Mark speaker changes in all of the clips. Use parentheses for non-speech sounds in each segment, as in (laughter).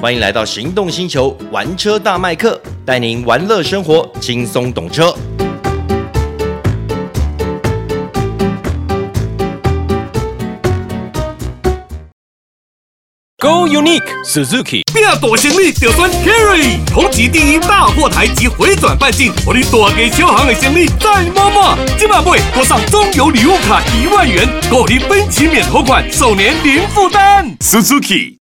Speaker 1: 欢迎来到行动星球玩车大麦克，带您玩乐生活，轻松懂车。
Speaker 2: Go Unique Suzuki，
Speaker 3: 变大行李就选 Carry，同级第一大货台及回转半径，我你大给小行的行李再摸摸。今晚会多上中油礼物卡一万元，购你分期免头款，首年零负担。Suzuki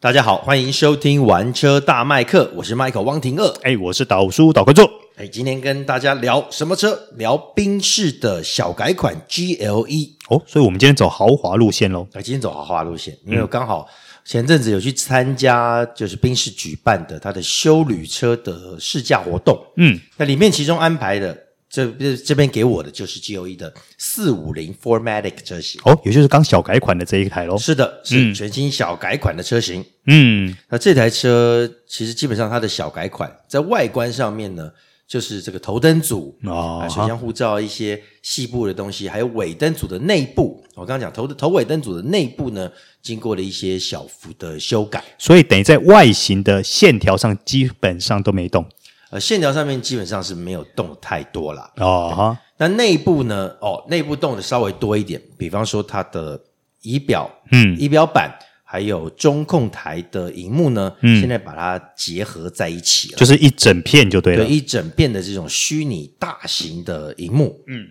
Speaker 1: 大家好，欢迎收听玩车大麦克，我是 Michael 汪廷乐。
Speaker 4: 哎、我是导叔导观众，
Speaker 1: 哎，今天跟大家聊什么车？聊宾士的小改款 GLE。
Speaker 4: 哦，所以我们今天走豪华路线喽。
Speaker 1: 那哎今天走豪华路线，因为我刚好前阵子有去参加就是宾士举办的它的修旅车的试驾活动，
Speaker 4: 嗯，
Speaker 1: 那里面其中安排的这这这边给我的就是 GOE 的四五零 Formatic 车型，
Speaker 4: 哦，也就是刚小改款的这一台喽。
Speaker 1: 是的，是
Speaker 4: 嗯
Speaker 1: 全新小改款的车型。
Speaker 4: 嗯，
Speaker 1: 那这台车其实基本上它的小改款在外观上面呢，就是这个头灯组
Speaker 4: 哦
Speaker 1: 啊、水箱护罩一些细部的东西，还有尾灯组的内部。我刚刚讲头头尾灯组的内部呢，经过了一些小幅的修改，
Speaker 4: 所以等于在外形的线条上基本上都没动。
Speaker 1: 呃，线条上面基本上是没有动太多啦。
Speaker 4: 哦哈，
Speaker 1: 那内部呢？哦，内部动的稍微多一点，比方说它的仪表、
Speaker 4: 嗯
Speaker 1: 仪表板，还有中控台的荧幕呢，
Speaker 4: 嗯
Speaker 1: 现在把它结合在一起了，
Speaker 4: 就是一整片就对了
Speaker 1: 对。一整片的这种虚拟大型的荧幕。嗯，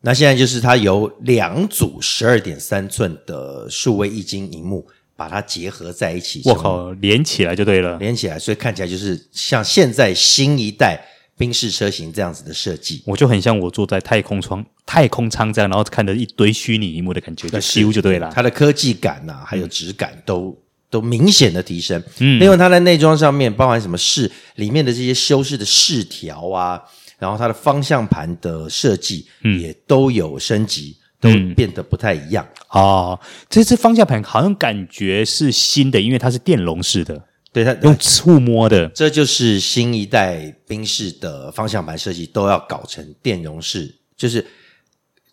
Speaker 1: 那现在就是它有两组十二点三寸的数位液晶荧幕，把它结合在一起，
Speaker 4: 我靠，连起来就对了。
Speaker 1: 连起来，所以看起来就是像现在新一代宾士车型这样子的设计。
Speaker 4: 我就很像我坐在太空窗、太空舱这样，然后看着一堆虚拟荧幕的感觉，就修就对了。嗯
Speaker 1: 它的科技感呐、还有质感都、都明显的提升。嗯，另外它在内装上面包含什么饰，里面的这些修饰的饰条啊，然后它的方向盘的设计
Speaker 4: 嗯
Speaker 1: 也都有升级，都变得不太一样。
Speaker 4: 哦，这次方向盘好像感觉是新的，因为它是电容式的，
Speaker 1: 对它，
Speaker 4: 用触摸的。
Speaker 1: 这就是新一代宾士的方向盘设计都要搞成电容式，就是。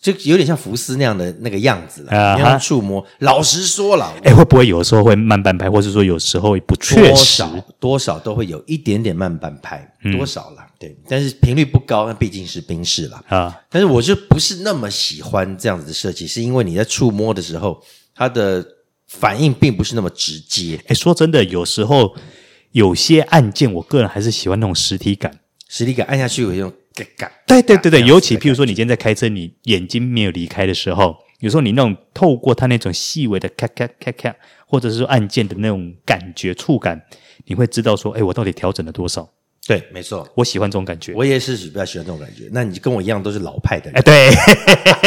Speaker 1: 就有点像福斯那样的那个样子了，
Speaker 4: 啊
Speaker 1: 你
Speaker 4: 哈
Speaker 1: 要触摸。老实说了，
Speaker 4: 哎，会不会有时候会慢半拍，或是说有时候不确
Speaker 1: 多
Speaker 4: 实？嗯
Speaker 1: 少多少都会有一点点慢半拍，多少啦，对，但是频率不高，那毕竟是冰室啦。
Speaker 4: 啊，
Speaker 1: 但是我就不是那么喜欢这样子的设计，是因为你在触摸的时候，它的反应并不是那么直接。
Speaker 4: 哎，说真的，有时候有些按键，我个人还是喜欢那种实体感。啊
Speaker 1: 实力感按下去有一种嘎嘎，
Speaker 4: 对对对对，尤其譬如说你今天在开车，你眼睛没有离开的时候，有时候你那种透过它那种细微的咔咔咔咔，或者是说按键的那种感觉触感，你会知道说，哎，我到底调整了多少？
Speaker 1: 对，没错，
Speaker 4: 我喜欢这种感觉。
Speaker 1: 我也是比较喜欢这种感觉。那你跟我一样都是老派的
Speaker 4: 哎，
Speaker 1: 人，
Speaker 4: 对， (laughs)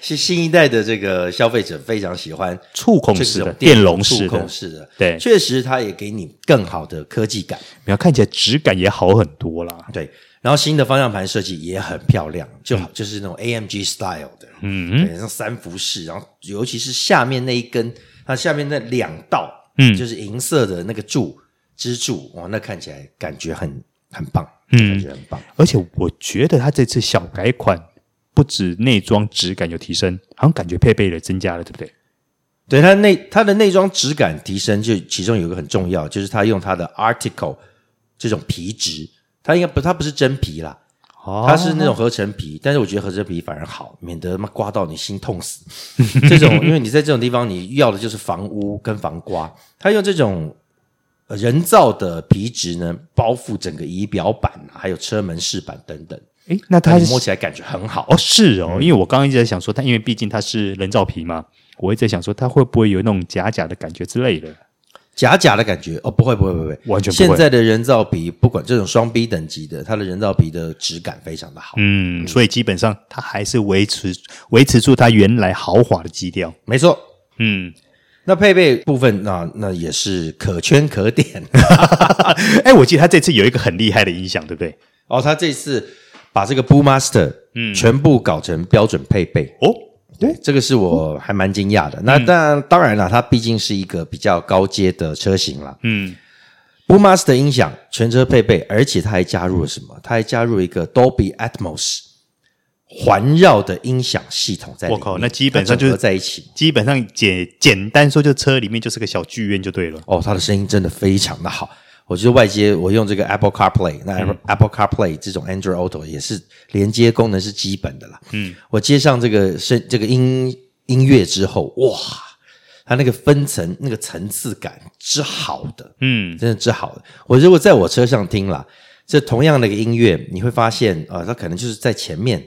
Speaker 1: 是新一代的这个消费者非常喜欢
Speaker 4: 触控
Speaker 1: 这
Speaker 4: 式的、
Speaker 1: 种
Speaker 4: 电容式
Speaker 1: 触
Speaker 4: 的
Speaker 1: 控，式的，
Speaker 4: 对
Speaker 1: 确实它也给你更好的科技感。
Speaker 4: 你要看起来质感也好很多啦。
Speaker 1: 对，然后新的方向盘设计也很漂亮，就好、就是那种 AMG style 的，嗯，对，那种三幅式，然后尤其是下面那一根，它下面那两道，嗯，就是银色的那个柱支柱，哇，那看起来感觉很很棒，嗯，感觉很棒。
Speaker 4: 而且我觉得它这次小改款不止内装质感有提升，好像感觉配备也增加了，对不对？
Speaker 1: 对它内它的内装质感提升，就其中有一个很重要，就是它用它的 article 这种皮质，它应该不它不是真皮啦，
Speaker 4: 哦
Speaker 1: 它是那种合成皮，但是我觉得合成皮反而好，免得他妈刮到你心痛死。 (laughs) 这种，因为你在这种地方，你要的就是防污跟防刮。它用这种呃人造的皮质呢，包覆整个仪表板、啊，还有车门饰板等等，
Speaker 4: 诶，那它
Speaker 1: 它
Speaker 4: 是
Speaker 1: 摸起来感觉很好。
Speaker 4: 哦，是哦，因为我刚刚一直在想说，它因为毕竟它是人造皮嘛，我一直在想说它会不会有那种假假的感觉之类的。
Speaker 1: 假假的感觉哦，不会不会不会，
Speaker 4: 完全不会
Speaker 1: 现在的人造皮，不管这种双 B 等级的，它的人造皮的质感非常的好。
Speaker 4: 嗯，所以基本上它还是维持维持住它原来豪华的基调。
Speaker 1: 没错，
Speaker 4: 嗯，
Speaker 1: 那配备部分啊，那也是可圈可点。
Speaker 4: 哎，我记得它这次有一个很厉害的音响，对不对？
Speaker 1: 哦，他这次把这个 b o o Master 嗯全部搞成标准配备，
Speaker 4: 哦，
Speaker 1: 对，这个是我还蛮惊讶的。那但当然了，它毕竟是一个比较高阶的车型啦。
Speaker 4: 嗯
Speaker 1: b o o Master 音响全车配备，而且它还加入了什么？它还加入一个 Dolby Atmos 环绕的音响系统在里
Speaker 4: 我
Speaker 1: 面，
Speaker 4: 靠，那基本上
Speaker 1: 它
Speaker 4: 就
Speaker 1: 整
Speaker 4: 是
Speaker 1: 合在一起。
Speaker 4: 基本上简简单说，就车里面就是个小剧院就对了。
Speaker 1: 哦，它的声音真的非常的好。我觉得外接我用这个 Apple CarPlay，那 Apple- Apple CarPlay 这种 Android Auto 也是连接功能是基本的啦。嗯，我接上这个声这个音音乐之后，哇，它那个分层那个层次感之好的，
Speaker 4: 嗯，
Speaker 1: 真的之好的。我如果在我车上听啦，这同样的一个音乐，你会发现啊、呃它可能就是在前面，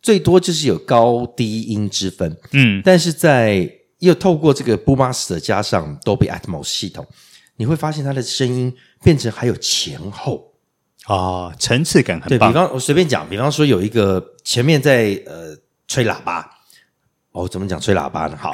Speaker 1: 最多就是有高低音之分。
Speaker 4: 嗯，
Speaker 1: 但是在又透过这个 Boomaster 加上 Dolby Atmos 系统，你会发现它的声音变成还有前后。
Speaker 4: 啊，层次感
Speaker 1: 对
Speaker 4: 很
Speaker 1: 比
Speaker 4: 棒。
Speaker 1: 方，我随便讲，比方说有一个前面在呃吹喇叭，哦，怎么讲吹喇叭呢？好，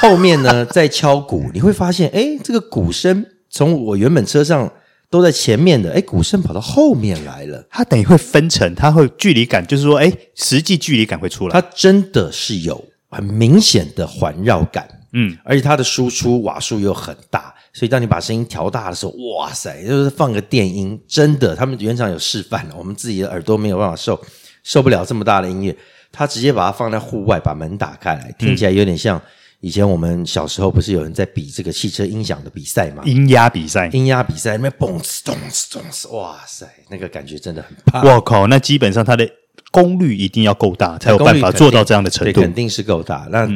Speaker 1: 后面
Speaker 4: (laughs)
Speaker 1: 呢在敲鼓，你会发现，哎，这个鼓声从我原本车上都在前面的，哎，鼓声跑到后面来了。
Speaker 4: 它等于会分层，它会距离感，就是说，哎，实际距离感会出来。
Speaker 1: 它真的是有很明显的环绕感，
Speaker 4: 嗯，
Speaker 1: 而且它的输出瓦数又很大，所以当你把声音调大的时候，哇塞，就是放个电音，真的，他们原厂有示范，我们自己的耳朵没有办法受受不了这么大的音乐，他直接把它放在户外，把门打开来，听起来有点像以前我们小时候不是有人在比这个汽车音响的比赛吗？
Speaker 4: 音压比赛，
Speaker 1: 音压比赛，那边蹦哧咚哧咚哧，哇塞，那个感觉真的很棒。
Speaker 4: 我靠，那基本上它的功率一定要够大，才有
Speaker 1: 功率
Speaker 4: 办法
Speaker 1: 肯定
Speaker 4: 做到这样的程
Speaker 1: 对，
Speaker 4: 度。嗯
Speaker 1: 肯定是够大。那、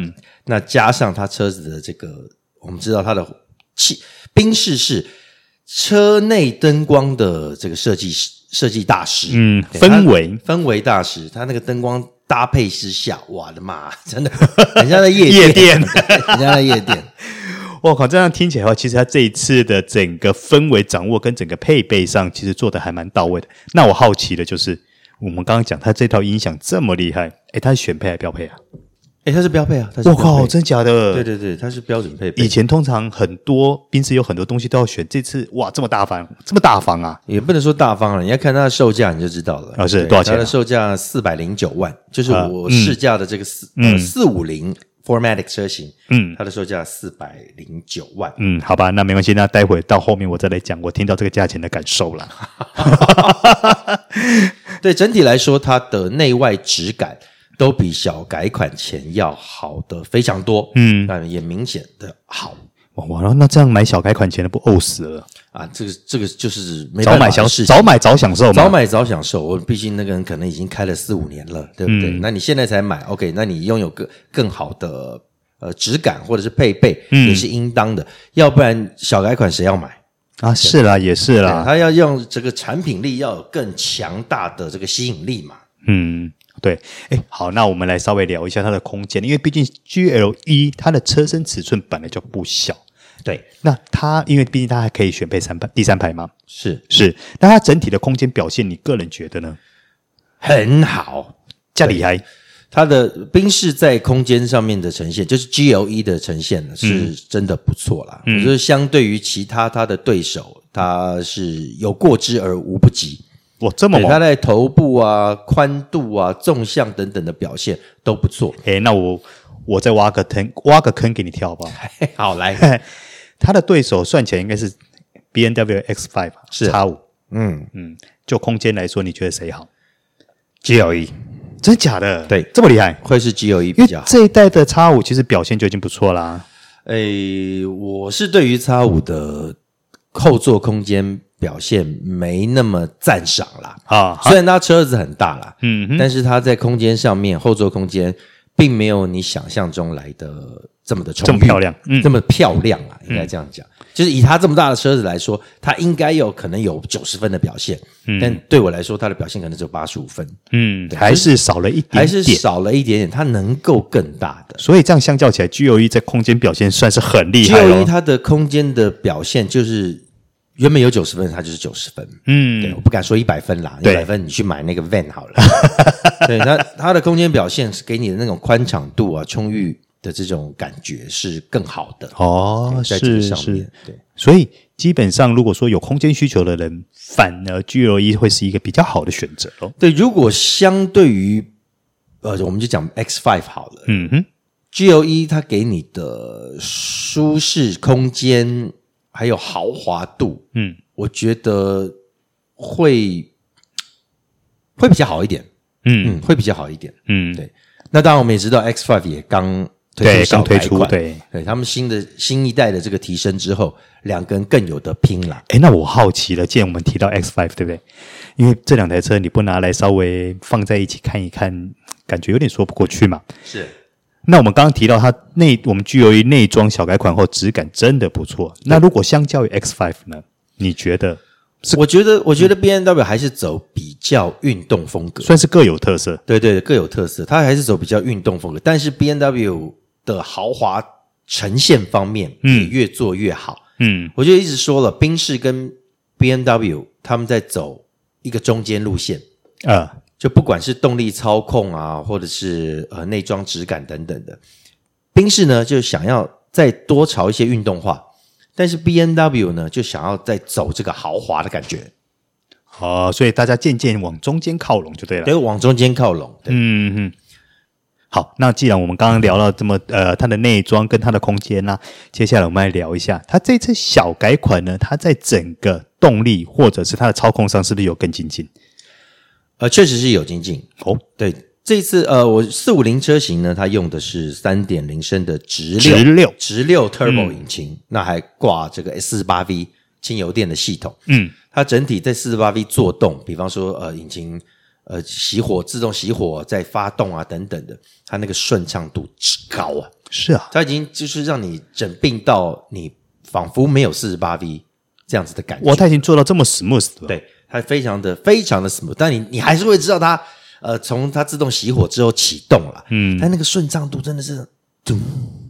Speaker 1: 那加上它车子的这个，我们知道它的气宾士是车内灯光的这个设计师设计大师，
Speaker 4: 嗯
Speaker 1: 对它
Speaker 4: 氛围
Speaker 1: 氛围大师，他那个灯光搭配之下，我的妈， (laughs) 真的，人家在夜 (laughs)
Speaker 4: 夜 (laughs) 店
Speaker 1: 人家在夜店。
Speaker 4: 我靠，这样听起来的话，其实它这一次的整个氛围掌握跟整个配备上，其实做的还蛮到位的。那我好奇的就是，我们刚刚讲它这套音响这么厉害，哎，它是选配还是标配啊？
Speaker 1: 哎，它是标配啊！它是
Speaker 4: 我
Speaker 1: 标配
Speaker 4: 靠，真假的？
Speaker 1: 对对对，它是标准配备
Speaker 4: 以，前通常很多宾士有很多东西都要选，这次哇这么大方，这么大方啊！
Speaker 1: 也不能说大方了，你要看它的售价你就知道了
Speaker 4: 啊是
Speaker 1: 对
Speaker 4: 多少钱啊
Speaker 1: 它的售价四百零九万，就是
Speaker 4: 啊
Speaker 1: 我
Speaker 4: 嗯
Speaker 1: 试驾的这个四呃
Speaker 4: 嗯
Speaker 1: 四五零 Formatic 车型，
Speaker 4: 嗯
Speaker 1: 它的售价四百零九万。
Speaker 4: 嗯，好吧，那没关系，那待会到后面我再来讲我听到这个价钱的感受啦。
Speaker 1: 对，整体来说，它的内外质感都比小改款前要好的非常多，
Speaker 4: 嗯
Speaker 1: 但也明显的好
Speaker 4: (laughs) 哇哇，那那这样买小改款前的不呕死了？
Speaker 1: 啊。这个这个就是没
Speaker 4: 早
Speaker 1: 办法
Speaker 4: 买
Speaker 1: 的
Speaker 4: 小
Speaker 1: 事情
Speaker 4: 早买早享受嘛，
Speaker 1: 早哦买早享受，我毕竟那个人可能已经开了四五年了，对不对？那你现在才买，OK？那你拥有更更好的呃质感或者是配备、也是应当的，要不然小改款谁要买？
Speaker 4: 啊是啦也是
Speaker 1: 对，
Speaker 4: 啦，
Speaker 1: 他要用这个产品力要有更强大的这个吸引力嘛。
Speaker 4: 嗯。对，哎，好，那我们来稍微聊一下它的空间，因为毕竟 G L E 它的车身尺寸本来就不小，
Speaker 1: 对，
Speaker 4: 那它因为毕竟它还可以选配三排第三排嘛，
Speaker 1: 是
Speaker 4: 是，那它整体的空间表现，你个人觉得呢？
Speaker 1: 很好。
Speaker 4: 家里还
Speaker 1: 它的宾士在空间上面的呈现，就是 GLE 的呈现呢，是真的不错啦。我觉得相对于其他它的对手，它是有过之而无不及。
Speaker 4: 哇这么
Speaker 1: 对，
Speaker 4: 猛
Speaker 1: 它，在头部啊、宽度啊、纵向等等的表现都不错。
Speaker 4: 哎、那我我再挖个坑，挖个坑给你跳好不 (laughs) 好？
Speaker 1: 好，来，
Speaker 4: 他的对手算起来应该是 B N W X Five
Speaker 1: 是
Speaker 4: X 五，
Speaker 1: 嗯，
Speaker 4: 嗯，就空间来说，你觉得谁好？G L E，真假的？
Speaker 1: 对
Speaker 4: 这么厉害？
Speaker 1: (laughs) 会是 GLE
Speaker 4: 因
Speaker 1: 比较
Speaker 4: 为
Speaker 1: 好。
Speaker 4: 这一代的 X 五其实表现就已经不错啦。
Speaker 1: 诶，我是对于 X 五的后座空间表现没那么赞赏啦。
Speaker 4: 啊，好
Speaker 1: 虽然它车子很大啦，
Speaker 4: 嗯哼
Speaker 1: 但是它在空间上面，后座空间并没有你想象中来的这么的充裕
Speaker 4: 这么漂亮嗯
Speaker 1: 这么漂亮啊，应该这样讲。就是以它这么大的车子来说，它应该有可能有九十分的表现，但对我来说，它的表现可能只有八十五分，
Speaker 4: 嗯，还是少了一点点，
Speaker 1: 还是少了一点点，它能够更大的。
Speaker 4: 所以这样相较起来，G L E 在空间表现算是很厉
Speaker 1: 只
Speaker 4: 害哦
Speaker 1: 有一
Speaker 4: 了。
Speaker 1: E 它的空间的表现就是。原本有九十分，它就是九十分。对，
Speaker 4: 嗯，
Speaker 1: 我不敢说一百分啦，一
Speaker 4: 对
Speaker 1: 百分你去买那个 van
Speaker 4: (laughs)
Speaker 1: 好了。对，它它的空间表现是给你的那种宽敞度啊、充裕的这种感觉是更好的。
Speaker 4: 哦，
Speaker 1: 在这个
Speaker 4: 是
Speaker 1: 上
Speaker 4: 是
Speaker 1: 面，，对，
Speaker 4: 所以基本上，如果说有空间需求的人，反而 G L E 会是一个比较好的选择咯。
Speaker 1: 对。如果相对于呃，我们就讲 X Five 好了、
Speaker 4: 嗯哼，
Speaker 1: g l e 它给你的舒适空间还有豪华度，
Speaker 4: 嗯，
Speaker 1: 我觉得会会比较好一点。
Speaker 4: 嗯
Speaker 1: 嗯，会比较好一点。
Speaker 4: 嗯，
Speaker 1: 对，那当然我们也知道 X Five 也刚推
Speaker 4: 对
Speaker 1: 出小
Speaker 4: 刚推
Speaker 1: 改
Speaker 4: 出
Speaker 1: 款，
Speaker 4: 对
Speaker 1: 对，他们新的新一代的这个提升之后，两个人更有的拼了。
Speaker 4: 哎，那我好奇了，既然我们提到 X Five，对不对？因为这两台车你不拿来稍微放在一起看一看，感觉有点说不过去嘛。
Speaker 1: 是，
Speaker 4: 那我们刚刚提到它内，我们 G O E 内装小改款后质感真的不错。那如果相较于 X Five 呢？你觉得
Speaker 1: 我觉得我觉得 B N W 还是走比较运动风格，
Speaker 4: 算是各有特色？
Speaker 1: 对对，各有特色，它还是走比较运动风格，但是 B N W 的豪华呈现方面，嗯，越做越好。
Speaker 4: 嗯
Speaker 1: 我就一直说了，宾士跟 B N W 他们在走一个中间路线，
Speaker 4: 呃，
Speaker 1: 就不管是动力操控啊，或者是呃内装质感等等的，宾士呢就想要再多朝一些运动化，但是 B N W 呢就想要再走这个豪华的感觉，
Speaker 4: 哦，所以大家渐渐往中间靠拢就对了。
Speaker 1: 对，往中间靠拢。对，
Speaker 4: 嗯嗯。好，那既然我们刚刚聊了这么呃它的内装跟它的空间啦、接下来我们来聊一下它这次小改款呢，它在整个动力或者是它的操控上是不是有更精进？
Speaker 1: 呃，确实是有精进。
Speaker 4: 哦，
Speaker 1: 对，这一次呃，我四五零车型呢，它用的是三点零升的直六
Speaker 4: 直六
Speaker 1: 直六 Turbo 引擎，那还挂这个四十八 V 轻油电的系统。
Speaker 4: 嗯，
Speaker 1: 它整体在四十八 V 做动，比方说呃引擎呃熄火自动熄火在发动啊等等的，它那个顺畅度之高啊，
Speaker 4: 是啊，
Speaker 1: 它已经就是让你整病到你仿佛没有四十八 V 这样子的感觉。
Speaker 4: 哇，它已经做到这么 smooth 了。，
Speaker 1: 对，它非常的非常的 smooth，但你你还是会知道它，呃，从它自动熄火之后启动了，嗯，但那个顺畅度真的是咚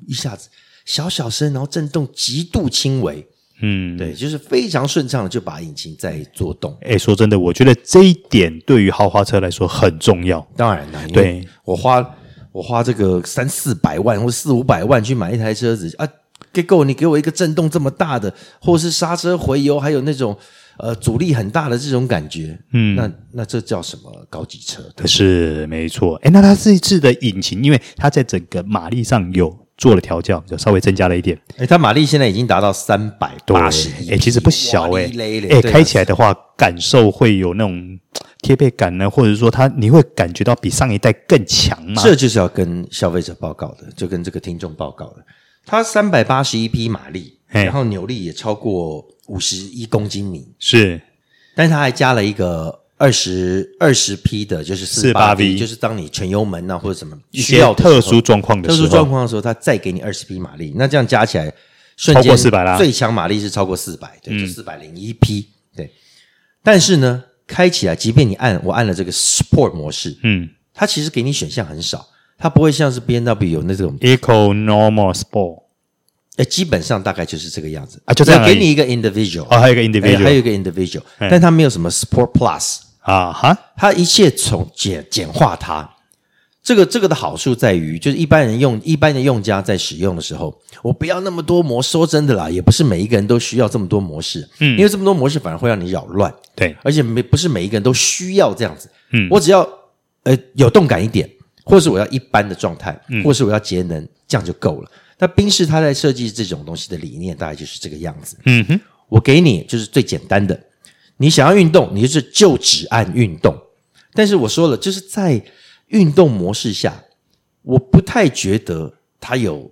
Speaker 1: 一下子小小声，然后震动极度轻微，
Speaker 4: 嗯，
Speaker 1: 对，就是非常顺畅的就把引擎在做动。
Speaker 4: 哎，说真的，我觉得这一点对于豪华车来说很重要。
Speaker 1: 当然啦，因为
Speaker 4: 对
Speaker 1: 我花我花这个三四百万或四五百万去买一台车子啊，给够你给我一个震动这么大的，或是刹车回油，还有那种呃阻力很大的这种感觉，嗯，那那这叫什么高级车？对。
Speaker 4: 是没错，哎，那它这一次的引擎，因为它在整个马力上有做了调教，就稍微增加了一点。
Speaker 1: 哎，它马力现在已经达到三百八十一，
Speaker 4: 哎、其实不小
Speaker 1: 哎、
Speaker 4: 哎、哎、
Speaker 1: 对啊
Speaker 4: 开起来的话，感受会有那种贴背感呢，或者说它你会感觉到比上一代更强嘛？
Speaker 1: 这就是要跟消费者报告的，就跟这个听众报告的。它三百八十一匹马力，
Speaker 4: 嘿
Speaker 1: 然后扭力也超过五十一公斤米，
Speaker 4: 是
Speaker 1: 但是它还加了一个二十二十匹的，就是四
Speaker 4: 48V
Speaker 1: 就是当你全油门啊或者什么
Speaker 4: 一
Speaker 1: 需
Speaker 4: 些
Speaker 1: 要的时候
Speaker 4: 特殊状况的
Speaker 1: 特
Speaker 4: 时
Speaker 1: 殊
Speaker 4: 候，
Speaker 1: 状况的时候，它再给你二十匹马力，那这样加起来瞬间
Speaker 4: 超过400啦嗯
Speaker 1: 最强马力是超过四百，对，就四百零一匹，对。但是呢，开起来，即便你按我按了这个 Sport 模式，
Speaker 4: 嗯
Speaker 1: 它其实给你选项很少，它不会像是 B N W 有那种，
Speaker 4: ，Eco Normal Sport
Speaker 1: 呃，基本上大概就是这个样子
Speaker 4: 啊就这样
Speaker 1: 那
Speaker 4: 而已
Speaker 1: 给你一个 individual，
Speaker 4: 哦，还有一个
Speaker 1: 哎
Speaker 4: Individual，、
Speaker 1: 还有一个 individual，
Speaker 4: 哎
Speaker 1: 但它没有什么 Sport Plus，
Speaker 4: 啊哈，
Speaker 1: 它一切从简简化它。这个这个的好处在于，就是一般人用一般的用家在使用的时候，我不要那么多模式。说真的啦，也不是每一个人都需要这么多模式，嗯，因为这么多模式反而会让你扰乱，
Speaker 4: 对，
Speaker 1: 而且没不是每一个人都需要这样子。
Speaker 4: 嗯
Speaker 1: 我只要呃有动感一点，或是我要一般的状态，
Speaker 4: 嗯
Speaker 1: 或是我要节能，这样就够了。那宾士它在设计这种东西的理念大概就是这个样子。
Speaker 4: 嗯哼，
Speaker 1: 我给你就是最简单的，你想要运动，你就是就只按运动。但是我说了，就是在运动模式下，我不太觉得它有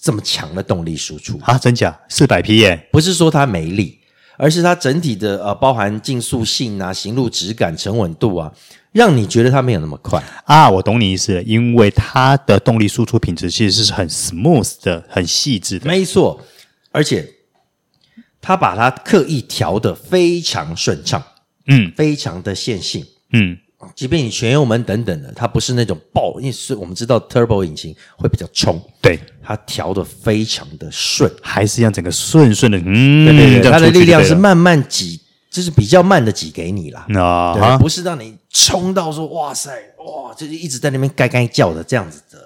Speaker 1: 这么强的动力输出。
Speaker 4: 啊，真假四百匹耶，
Speaker 1: 不是说它没力，而是它整体的呃，包含竞速性啊、行路质感、沉稳度啊，让你觉得它没有那么快。
Speaker 4: 啊，我懂你意思了，因为它的动力输出品质其实是很 smooth 的，很细致的，
Speaker 1: 没错，而且他把它刻意调的非常顺畅，
Speaker 4: 嗯
Speaker 1: 非常的线性。
Speaker 4: 嗯，
Speaker 1: 即便你全油门等等的，它不是那种爆，因为是我们知道 turbo 引擎会比较冲，
Speaker 4: 对，
Speaker 1: 它调的非常的顺。
Speaker 4: 还是一样整个顺顺的，嗯，
Speaker 1: 对对
Speaker 4: 这
Speaker 1: 对，
Speaker 4: 样
Speaker 1: 它的
Speaker 4: 出去
Speaker 1: 力量
Speaker 4: 就对
Speaker 1: 是
Speaker 4: 了
Speaker 1: 慢慢挤，就是比较慢的挤给你啦。
Speaker 4: 啊
Speaker 1: 对，
Speaker 4: 哈，
Speaker 1: 不是让你冲到说哇塞哇，就是一直在那边该该叫的这样子的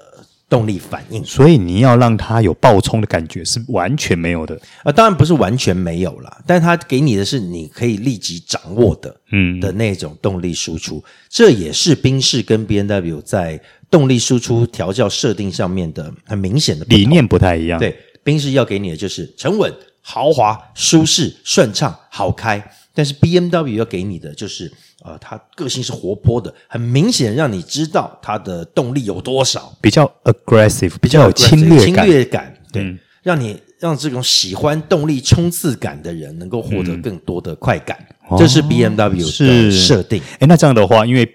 Speaker 1: 动力反应
Speaker 4: 所以你要让它有爆冲的感觉是完全没有的。
Speaker 1: 啊，当然不是完全没有啦，但它给你的是你可以立即掌握的，
Speaker 4: 嗯
Speaker 1: 的那种动力输出，这也是宾士跟 B N W 在动力输出调教设定上面的很明显的不同
Speaker 4: 理。念不太一样。，
Speaker 1: 对，宾士要给你的就是沉稳、豪华、舒适、顺畅、好开，但是 B M W 要给你的就是呃，他个性是活泼的，很明显让你知道他的动力有多少，
Speaker 4: 比较 aggressive，比较有哦侵
Speaker 1: 侵
Speaker 4: 略感，嗯
Speaker 1: 略感，对，让你让这种喜欢动力冲刺感的人能够获得更多的快感，这是 B M W
Speaker 4: 哦是
Speaker 1: 的设定。
Speaker 4: 哎，那这样的话，因为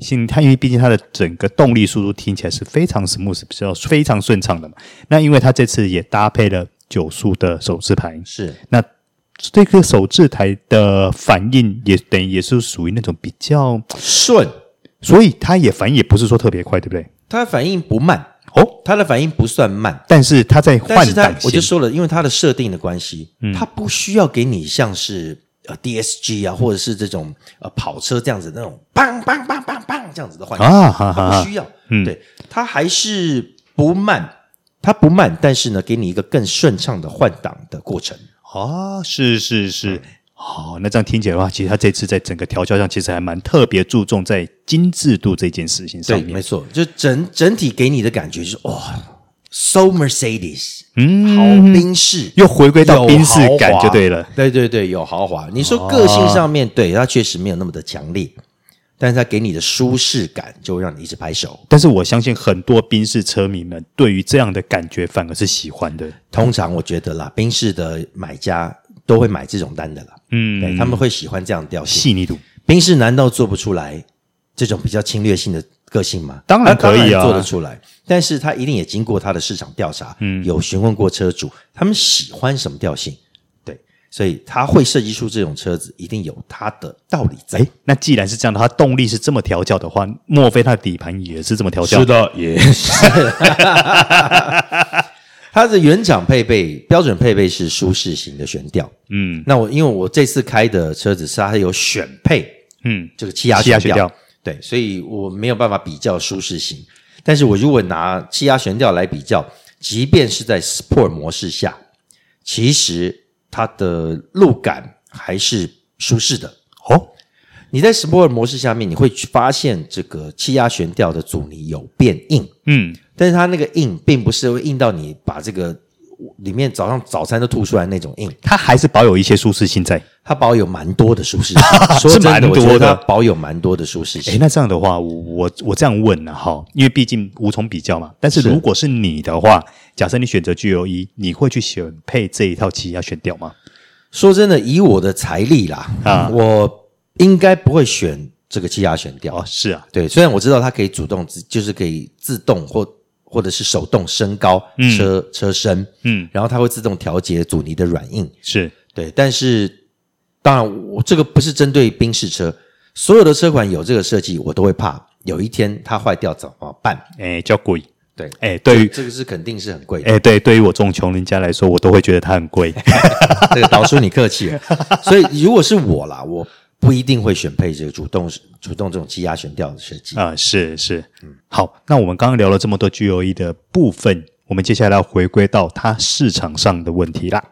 Speaker 4: 现它因为毕竟它的整个动力输出听起来是非常 smooth，比较非常顺畅的嘛。那因为它这次也搭配了九速的手制牌，
Speaker 1: 是
Speaker 4: 那这个手制台的反应也等于也是属于那种比较，
Speaker 1: 顺，
Speaker 4: 所以它也反应也不是说特别快，对不对？
Speaker 1: 他的反应不慢，
Speaker 4: 哦，
Speaker 1: 他的反应不算慢，
Speaker 4: 但是它在
Speaker 1: 但
Speaker 4: 换嗯
Speaker 1: 是他
Speaker 4: 挡
Speaker 1: 我
Speaker 4: 线
Speaker 1: 就，说了，因为他的设定的关系，他不需要给你像是呃 DSG 啊，
Speaker 4: 嗯
Speaker 1: 或者是这种呃跑车这样子那种棒棒棒棒棒这样子的换挡
Speaker 4: 啊哈哈哈
Speaker 1: 它不需要，
Speaker 4: 嗯
Speaker 1: 对，它还是不慢，它不慢，但是呢，给你一个更顺畅的换挡的过程。
Speaker 4: 哦，是是是，好、那这样听起来的话，其实它这次在整个调教上其实还蛮特别注重在精致度这件事情上
Speaker 1: 对，
Speaker 4: 面
Speaker 1: 没。错，就整整体给你的感觉就是哇、s o Mercedes，
Speaker 4: 嗯
Speaker 1: 好宾士，
Speaker 4: 又回归到宾士感
Speaker 1: 有豪华
Speaker 4: 就对了。
Speaker 1: 对对对，有豪华。你说个性上面，对它确实没有那么的强烈，但是它给你的舒适感就会让你一直拍手。
Speaker 4: 但是我相信很多宾士车迷们对于这样的感觉反而是喜欢的。
Speaker 1: 通常我觉得啦，宾士的买家都会买这种单的啦，对，
Speaker 4: 嗯，
Speaker 1: 他们会喜欢这样的调性。
Speaker 4: 细腻度
Speaker 1: 宾士难道做不出来这种比较侵略性的个性吗？
Speaker 4: 当然
Speaker 1: 它
Speaker 4: 可以啊
Speaker 1: 做得出来。但是他一定也经过他的市场调查，嗯，有询问过车主，他们喜欢什么调性，对，所以他会设计出这种车子，一定有他的道理在。
Speaker 4: 那既然是这样的话，它动力是这么调教的话，莫非它的底盘也是这么调教？
Speaker 1: 的，也是。 (laughs) 它的原厂配备标准配备是舒适型的悬吊，嗯，那我因为我这次开的车子是它有选配
Speaker 4: 嗯，
Speaker 1: 这个气压
Speaker 4: 气压悬
Speaker 1: 吊
Speaker 4: 吊，
Speaker 1: 对，所以我没有办法比较舒适型。但是我如果拿气压悬吊来比较，即便是在 Sport 模式下，其实它的路感还是舒适的。
Speaker 4: 哦，
Speaker 1: 你在 Sport 模式下面，你会发现这个气压悬吊的阻尼有变硬，
Speaker 4: 嗯，
Speaker 1: 但是它那个硬并不是会硬到你把这个里面早上早餐都吐出来那种硬，
Speaker 4: 它还是保有一些舒适性在。
Speaker 1: 它保有蛮多的舒适
Speaker 4: (laughs)
Speaker 1: 性。说真
Speaker 4: 蛮
Speaker 1: 的，我觉
Speaker 4: 多
Speaker 1: 得
Speaker 4: 的
Speaker 1: 它保有蛮多的舒适
Speaker 4: 诶，
Speaker 1: 性。
Speaker 4: 那这样的话，我我我这样问了、啊哈，因为毕竟无从比较嘛。但是
Speaker 1: 是
Speaker 4: 如果是你的话，假设你选择 G O E，你会去选配这一套气压悬吊吗？
Speaker 1: 说真的，以我的财力啦，
Speaker 4: 啊
Speaker 1: 我应该不会选这个气压悬吊
Speaker 4: 哦，。是啊，
Speaker 1: 对，虽然我知道它可以主动自，就是可以自动或或者是手动升高车、车身，
Speaker 4: 嗯，
Speaker 1: 然后它会自动调节阻尼的软硬，
Speaker 4: 是
Speaker 1: 对，但是当然，我这个不是针对宾士车，所有的车款有这个设计，我都会怕有一天它坏掉怎么办？
Speaker 4: 诶，较贵。
Speaker 1: 对，
Speaker 4: 诶，对于
Speaker 1: 这个是肯定是很贵的。
Speaker 4: 哎、对，对于我这种穷人家来说，我都会觉得它很贵。 (laughs)
Speaker 1: (laughs) 这个导叔你客气了，所以如果是我啦，我不一定会选配这个主动主动这种气压悬吊的设计。
Speaker 4: 啊、是是，好，那我们刚刚聊了这么多 GOE 的部分，我们接下来要回归到它市场上的问题啦。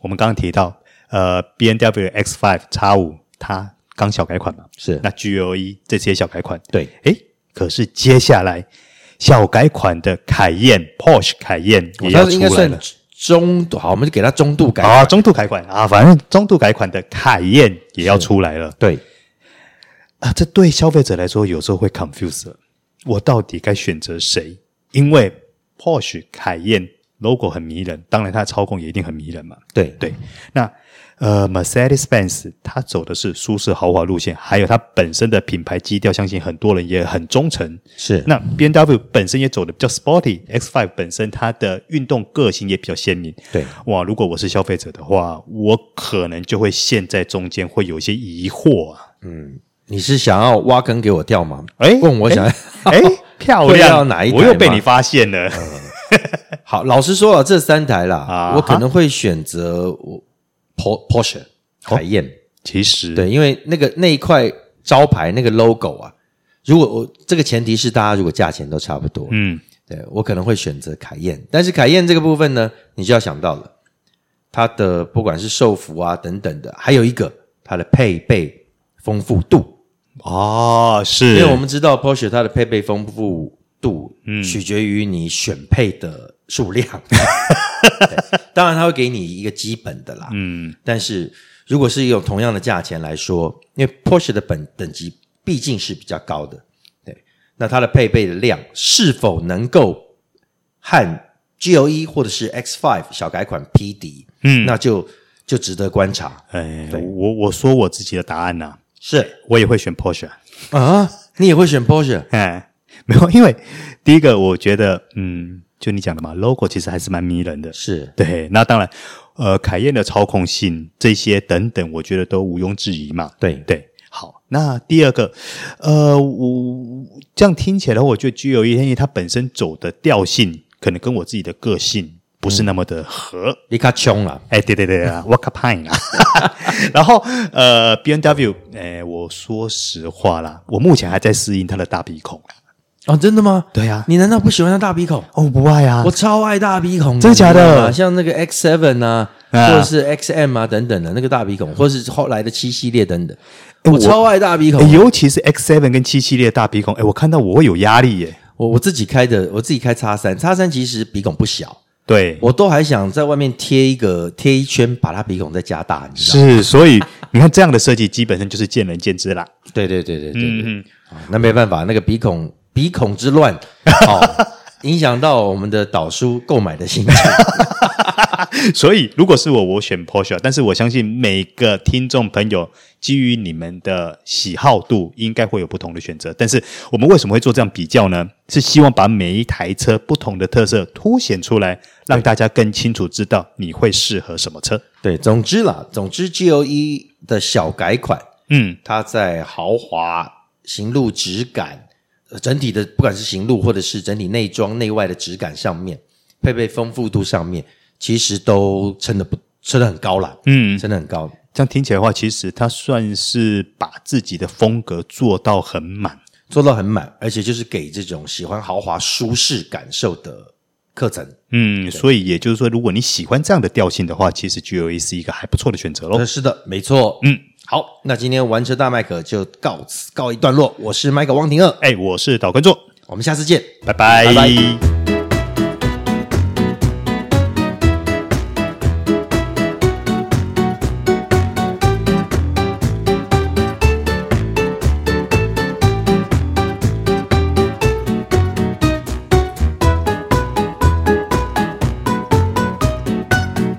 Speaker 4: 我们刚刚提到，呃，B N W X 5 X 五它刚小改款嘛，
Speaker 1: 是
Speaker 4: 那 GOE 这次也小改款，
Speaker 1: 对，
Speaker 4: 哎，可是接下来小改款的凯宴 Porsche 凯宴也要
Speaker 1: 它应该
Speaker 4: 出来
Speaker 1: 算
Speaker 4: 了。
Speaker 1: 中度，好，我们就给它中度改
Speaker 4: 好、
Speaker 1: 款。
Speaker 4: 啊，中度改款啊，反正中度改款的凯宴也要出来了。
Speaker 1: 对，
Speaker 4: 啊，这对消费者来说有时候会 confuse，了我到底该选择谁？因为 Porsche 凯宴 logo 很迷人，当然它的操控也一定很迷人嘛。
Speaker 1: 对，
Speaker 4: 对，那呃，Mercedes-Benz 它走的是舒适豪华路线，还有它本身的品牌基调，相信很多人也很忠诚。
Speaker 1: 是
Speaker 4: 那 B N W 本身也走的比较 sporty X Five 本身它的运动个性也比较鲜明。
Speaker 1: 对，
Speaker 4: 哇，如果我是消费者的话，我可能就会陷在中间，会有一些疑惑啊。
Speaker 1: 你是想要挖坑给我跳吗？
Speaker 4: 哎，
Speaker 1: 问我想要
Speaker 4: 哎，
Speaker 1: (laughs)
Speaker 4: 哎，漂
Speaker 1: 会
Speaker 4: 亮，
Speaker 1: 要哪一台
Speaker 4: 我又被
Speaker 1: 吗嗯
Speaker 4: 你发现了。
Speaker 1: 好，老实说啊，这三台啦，
Speaker 4: 啊哈
Speaker 1: 我可能会选择我 Por- Porsche
Speaker 4: 哦
Speaker 1: 凯宴。
Speaker 4: 其实，
Speaker 1: 对，因为那个那一块招牌那个 logo 啊，如果我这个前提是大家如果价钱都差不多，
Speaker 4: 嗯，
Speaker 1: 对我可能会选择凯宴。但是凯宴这个部分呢，你就要想到了它的不管是售服啊等等的，还有一个它的配备丰富度，
Speaker 4: 哦，
Speaker 1: 因
Speaker 4: 是，
Speaker 1: 为我们知道 Porsche 它的配备丰富度，取决于你选配的数量。对当然，它会给你一个基本的啦，
Speaker 4: 嗯，
Speaker 1: 但是如果是用同样的价钱来说，因为 Porsche 的本等级毕竟是比较高的，对，那它的配备的量是否能够和 GLE 或者是 X5 小改款匹敌，嗯，那就就值得观察。
Speaker 4: 哎，我我说我自己的答案呐、
Speaker 1: 是
Speaker 4: 我也会选 Porsche。
Speaker 1: 啊，你也会选 Porsche？
Speaker 4: 哎，没有，因为第一个我觉得，嗯，就你讲的嘛，logo 其实还是蛮迷人的。
Speaker 1: 是
Speaker 4: 对，那当然，呃，凯宴的操控性这些等等，我觉得都毋庸置疑嘛。
Speaker 1: 对
Speaker 4: 对，好，那第二个，呃，我这样听起来的话，我觉得 G 有一天它本身走的调性，可能跟我自己的个性不是那么的合。
Speaker 1: 你卡穷了，
Speaker 4: 哎，对对对啊 w a k a Pine (laughs) 啦。然后呃，B N W，哎，我说实话啦，我目前还在适应它的大鼻孔啊。
Speaker 1: 哦，真的吗？
Speaker 4: 对啊
Speaker 1: 你难道不喜欢它大鼻孔？
Speaker 4: 哦，不爱啊
Speaker 1: 我超爱大鼻孔，
Speaker 4: 真的假的
Speaker 1: 你知道吗像那个 X Seven 啊，
Speaker 4: 啊嗯
Speaker 1: 或者是 X M 啊等等的那个大鼻孔，或是后来的七系列等等，
Speaker 4: 哎
Speaker 1: 我超爱大鼻孔
Speaker 4: 哎。尤其是 X Seven 跟七系列的大鼻孔，哎，我看到我会有压力耶。
Speaker 1: 我我自己开的，我自己开叉三，叉三其实鼻孔不小，
Speaker 4: 对，
Speaker 1: 我都还想在外面贴一个贴一圈，把它鼻孔再加大，你知道吗？
Speaker 4: 是，所以你看这样的设计基本上就是见仁见智啦。
Speaker 1: 对对对对
Speaker 4: 嗯
Speaker 1: 对对，啊那没办法，那个鼻孔鼻孔之
Speaker 4: (laughs)
Speaker 1: 乱，哦，影响到我们的导叔购买的心情。
Speaker 4: 所以如果是我，我选 Porsche，但是啊我相信每个听众朋友基于你们的喜好度，应该会有不同的选择。但是我们为什么会做这样比较呢？是希望把每一台车不同的特色凸显出来，让大家更清楚知道你会适合什么车。
Speaker 1: 对，总之啦，总之 G O E 的小改款，
Speaker 4: 嗯，
Speaker 1: 它在豪华、行路质感、呃整体的不管是行路或者是整体内装内外的质感上面，配备丰富度上面，其实都撑的不撑的很高啦，
Speaker 4: 嗯
Speaker 1: 撑的很高。
Speaker 4: 这样听起来的话，其实它算是把自己的风格做到很满。
Speaker 1: 做到很满，而且就是给这种喜欢豪华舒适感受的课程，
Speaker 4: 嗯，所以也就是说，如果你喜欢这样的调性的话，其实 G O E 是一个还不错的选择喽
Speaker 1: 呃，。是的，没错。嗯，好，那今天玩车大麦克就告此告一段落。我是麦克汪廷二，
Speaker 4: 哎，我是导观众，
Speaker 1: 我们下次见。
Speaker 4: 拜拜
Speaker 1: 拜拜